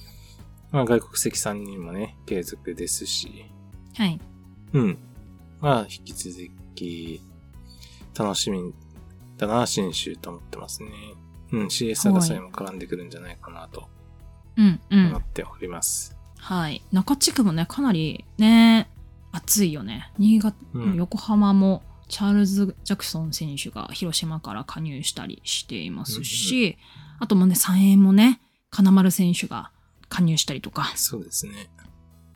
まあ、外国籍3人もね、継続ですし、
はい。
うん。まあ、引き続き、楽しみだな、新州と思ってますね。うん、CS 争いも絡んでくるんじゃないかなと
うんう
思っ
ん。
ております。
はい。中地区もね、かなりね、暑いよね。新潟、
うん
横浜もチャールズ・ジャクソン選手が広島から加入したりしていますし、あともね、三円もね、金丸選手が加入したりとか。
そうですね。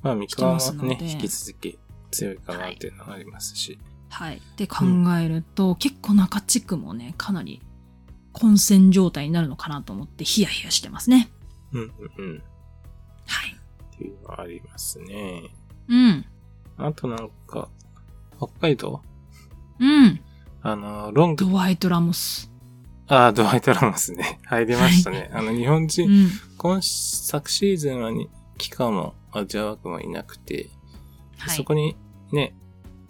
まあ、三河
して
も
ますの
ね、
で
引き続き強いかなっていうのはありますし、
はい。って考えると、結構中地区もね、かなり混戦状態になるのかなと思って、ヒヤヒヤしてますね。
うんうんうん。
はい。
っていうのはありますね。
うん。
あとなんか、北海道
うん。
あの、ロング、
ドワイト・ラモス。
ああ、ドワイト・ラモスね。 入りましたね。あの、日本
う
人、
ん。
今し、昨シーズンはに、期間もアジア枠もいなくて、
はい。
そこにね、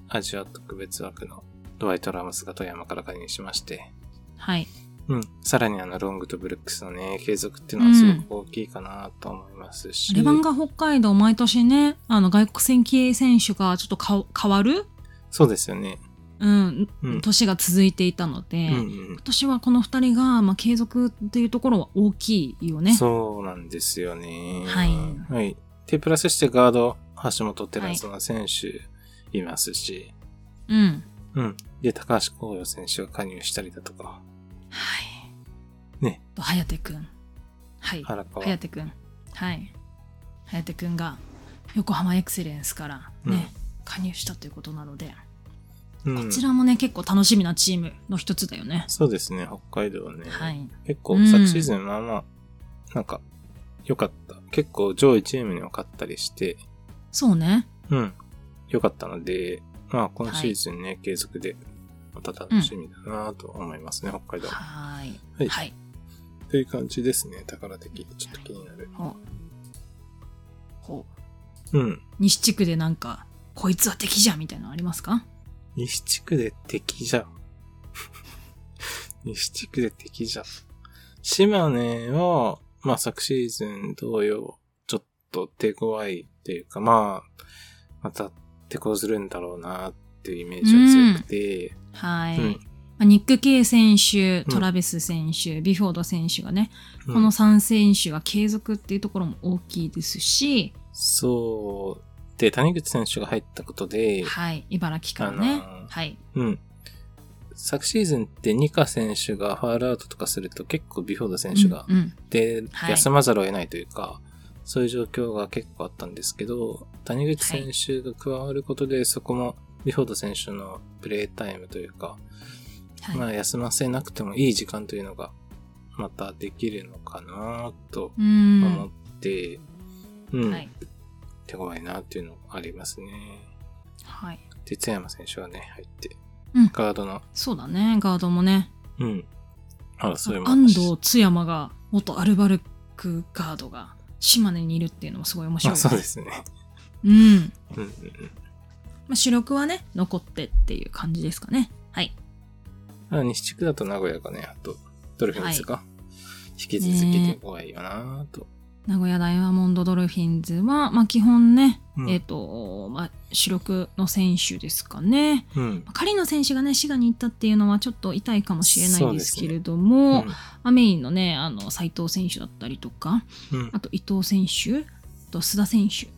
アジア特別枠のドワイト・ラモスが富山から加入しまして、
はい。
うん。さらにあの、ロングとブルックスのね、継続っていうのはすごく大きいかなと思いますし。
レバンガ北海道、毎年ね、あの、外国選系選手がちょっとか変わる、
そうですよね。
うん、
うん
年が続いていたので、
うんう
今
ん。
年はこの2人が、まあ、継続っていうところは大きいよね。
そうなんですよね。
はい
はい。で、プラスしてガード、橋本寺園選手いますし、
うん。
うん。で、高橋光陽選手が加入したりだとか、
はい。
ね。
と、颯くん。はい。
原川。
颯くん。はい。颯くんが、横浜エクセレンスからね、加入したということなので、
うん
こちらもね、結構楽しみなチームの一つだよね。
そうですね、北海道はね。
はい。
結構
う、ん
昨シーズンまあまあ、なんか、良かった。結構上位チームにも勝ったりして、
そうね。
うん。良かったので、まあ今シーズンね、継続で、また楽しみだなと思いますね、北海道。
はー
はい
い。はい。
という感じですね、宝的。ちょっと気になる。
ほう。ほう。
うん。
西地区でなんか、こいつは敵じゃんみたいなのありますか
西地区で敵じゃ。西地区で敵じゃ。島根は、まあ昨シーズン同様、ちょっと手強いっていうか、まあ、また手こずるんだろうなっていうイメージが強くて、
はい、
うん
まあニック・ケイ選手、
ん
トラベス選手、ビフォード選手がね、
うん
この3選手が継続っていうところも大きいですし、
そう、で、谷口選手が入ったことで、
はい、茨城からね、
あのー
はい、
うん。昨シーズンってニカ選手がファールアウトとかすると結構ビフォード選手が
うんうん
で、
はい
休まざるを得ないというか、そういう状況が結構あったんですけど、谷口選手が加わることで、そこもビフォード選手のプレータイムというか、
はい
まあ休ませなくてもいい時間というのが、またできるのかなと
う
思
ん、
って、うん、
はい、
手強いなっていうのがありますね。
はい、
哲山選手がね、入って、
うん
ガードの、
そうだね、ガードもね、
うん、争いもあ
安
るし
藤津山が元アルバルクガードが島根にいるっていうのもすごい面白い
あ、そうですね。
うん、
うんうんうん
まあ、主力はね、残ってっていう感じですかね。はい。
あ西地区だと名古屋かね、あとドルフィンズが、引き続き手強いよなぁと。
名古屋ダイヤモンドドルフィンズは、まあ、基本ね、
うん
えっ、と、まあ、主力の選手ですかね。
うん。
まあ狩野選手がね、滋賀に行ったっていうのはちょっと痛いかもしれな
そう
い
で
ですす
ね
けれど
う
も、
ん
まあメインのね、あの、斎藤選手だったりとか、
うん
あと伊藤選手、あと須田選手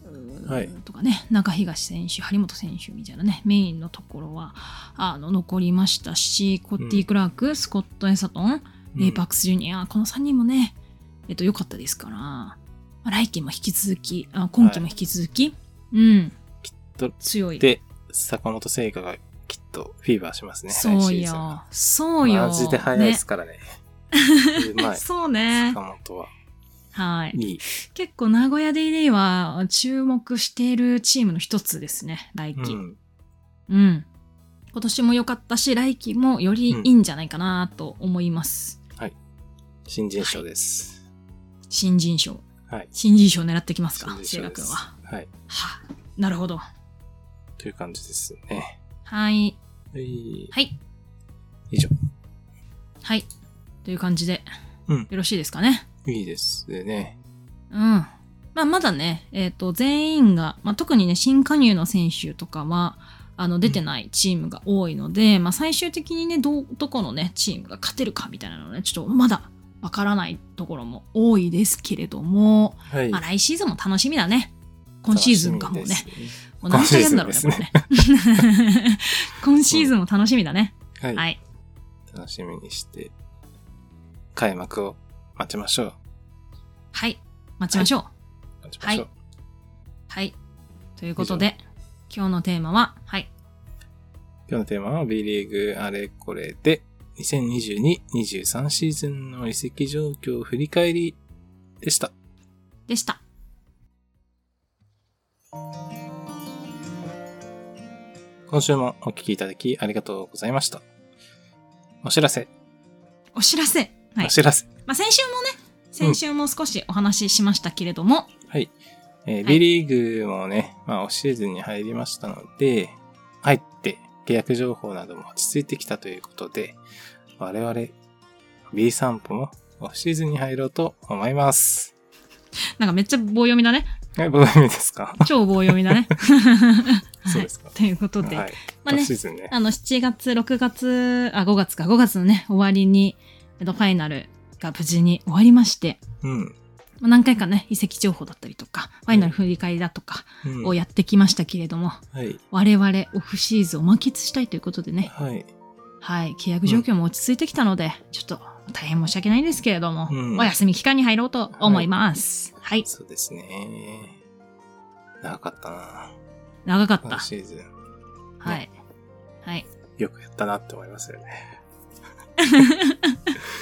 はい
とかね、中東選手、張本選手みたいなね、メインのところは、あの残りましたしコッティ・クラーク、スコット・エサトン、レイ・パークス・ジュニアこの3人もねえっと良かったですから、まあ来期も引き続きあ今期も引き続き、うん
と
強い
で、坂本聖華がきっとフィーバーしますね。
そう
来シーズン
よ
は。
そうよ
マジで早いですからね。う
ね
まい。
そうね
坂本は。
はい
いい。
結構名古屋 DD は注目しているチームの一つですね来
う
期、
ん。
うん。今年も良かったし、来季もよりいいんじゃないかなと思います。
新人賞です。
新人賞。
はい。
新人賞狙ってきますか、
新
セイ
人賞
ラ
で
君
す
は。。
はい。
はあなるほど。
という感じですね。
はい。
はい。
はい。
以上。
はい。という感じで、
うん
よろしいですかね。
いいですね。
うん。まあ、まだね、えっ、と、全員が、まあ、特にね、新加入の選手とかは、あの、出てないチームが多いので、まあ、最終的にね、どう、どこのね、チームが勝てるかみたいなのはね、ちょっとまだわからないところも多いですけれども、
はい。
まあ、来シーズンも楽しみだね。今シーズンかもう
楽
ね
し。みです
もう何回やるんだろうね、これね。 今シーズンも楽しみだね。
はい。
はい。
楽しみにして、開幕を待ちましょう。
はい。待ちましょう。
待ちましょう。
はい。ということで、今日のテーマは、はい。
今日のテーマは B リーグあれこれで、2022-23シーズンの移籍状況を振り返りでした。
でした。
今週もお聞きいただきありがとうございました。お知らせ、
お知らせ。はい
お。知らせ。
まあ、先週もね、先週も少しお話ししましたけれども、
はい。えー
い
B リーグもね、まあ、オフシーズンに入りましたので、入って契約情報なども落ち着いてきたということで、我々 B 散歩もオフシーズンに入ろうと思います。
なんかめっちゃ棒読みだね。
はい、ご存知ですか
超棒読みだね。
そうですか
はいということで、
はい。
まあね
オフシーズンね。
あの、7月、6月、あ、5月か、5月のね、終わりに、えっと、ファイナルが無事に終わりまして、
うん。
まあ何回かね、遺跡情報だったりとか、ファイナル振り返りだとか
うん
をやってきましたけれども、
はい。
我々オフシーズンを満喫したいということでね、
はい。
はい、契約状況も落ち着いてきたので、ちょっと大変申し訳ないんですけれども、
うん
お休み期間に入ろうと思います。はい、
そうですね。長かったな
長かっ
今
た。
シーズン。
はい。はい。
よくやったなって思いますよね。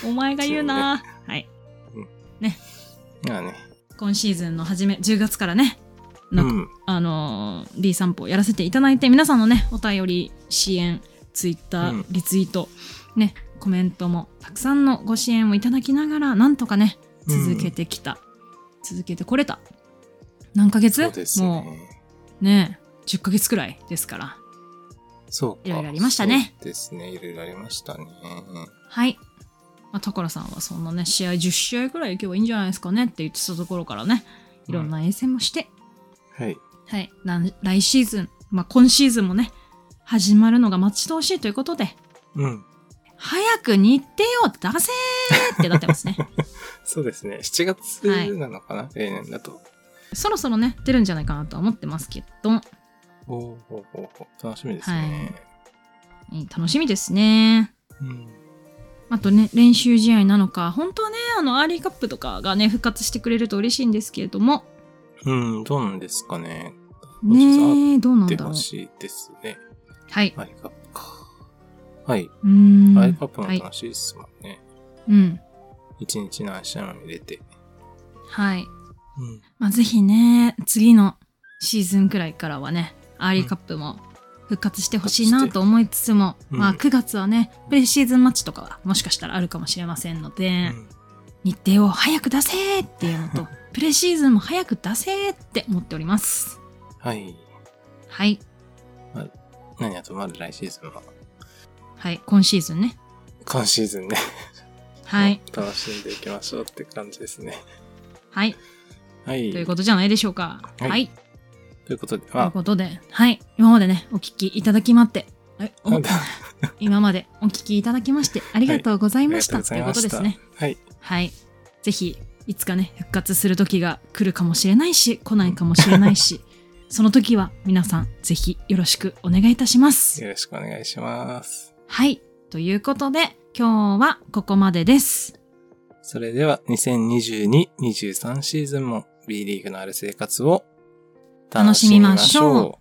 お前が言うな、はい。
まあね。
今シーズンの初め、10月からね、なんか
うん。
あのー、B 散歩やらせていただいて、皆さんのね、お便り、支援、ツイッター、
うん
リツイート、ね、コメントも、たくさんのご支援をいただきながら、なんとかね、続けてきた。続けてこれた。何ヶ月
そうです
も
ね。
う、ね、10ヶ月くらいですから。
そうか。
いろいろありましたね。
そうですね。いろいろありましたね。
はい。まあ、所さんはそんなね、試合10試合くらい行けばいいんじゃないですかねって言ってたところからね、いろんな遠征もして、
はい。
はい、なん来シーズン、まあ、今シーズンもね、始まるのが待ち遠しいということで、
うん。
早く日程を出せーってなって ますね。
そうですね。7月なのかな、例年だと。
そろそろね、出るんじゃないかなとは思ってますけど、
おおおおお楽しみですね。
うん楽しみですね。
うん。
あとね、練習試合なのか、本当はね、あの、アーリーカップとかがね、復活してくれると嬉しいんですけれども、
うん、どうなんですかね。
ねえ、どうなん
出
だろ
ほ
う。
しいですね。
はい。
アイカップか。はい。
うーん。
アイカップも
はい。
楽しいですもんね。
うん。
一、日何試合も入れて。
はい。
うん。
まあ、ぜひね、次のシーズンくらいからはね、アーリーカップも復活してほしいなと思いつつも、
うん
まあ、9月はね、プレシーズンマッチとかはもしかしたらあるかもしれませんので、
うん
日程を早く出せーっていうの と、プレシーズンも早く出せーって思っております。
はい。
はい。
何やとまだ来シーズンは。
はい。今シーズンね。
今シーズンね。
はい。。
楽しんでいきましょうって感じですね。
はい。
はい。
ということじゃないでしょうか。
はい
はい
ということで、
という
あ、
ことで、はい。今までね、お聞きいただきまって、えお
なんだ
今までお聞きいただきまして、ありがとうございました、
ありが
ということですね。。
はい。
はい。 ぜひ、いつかね、復活する時が来るかもしれないし、来ないかもしれないし、その時は皆さんぜひよろしくお願いいたします。
よろしくお願いします。
はい。ということで、今日はここまでです。
それでは、2022-23シーズンも B リーグのある生活を
楽しみましょう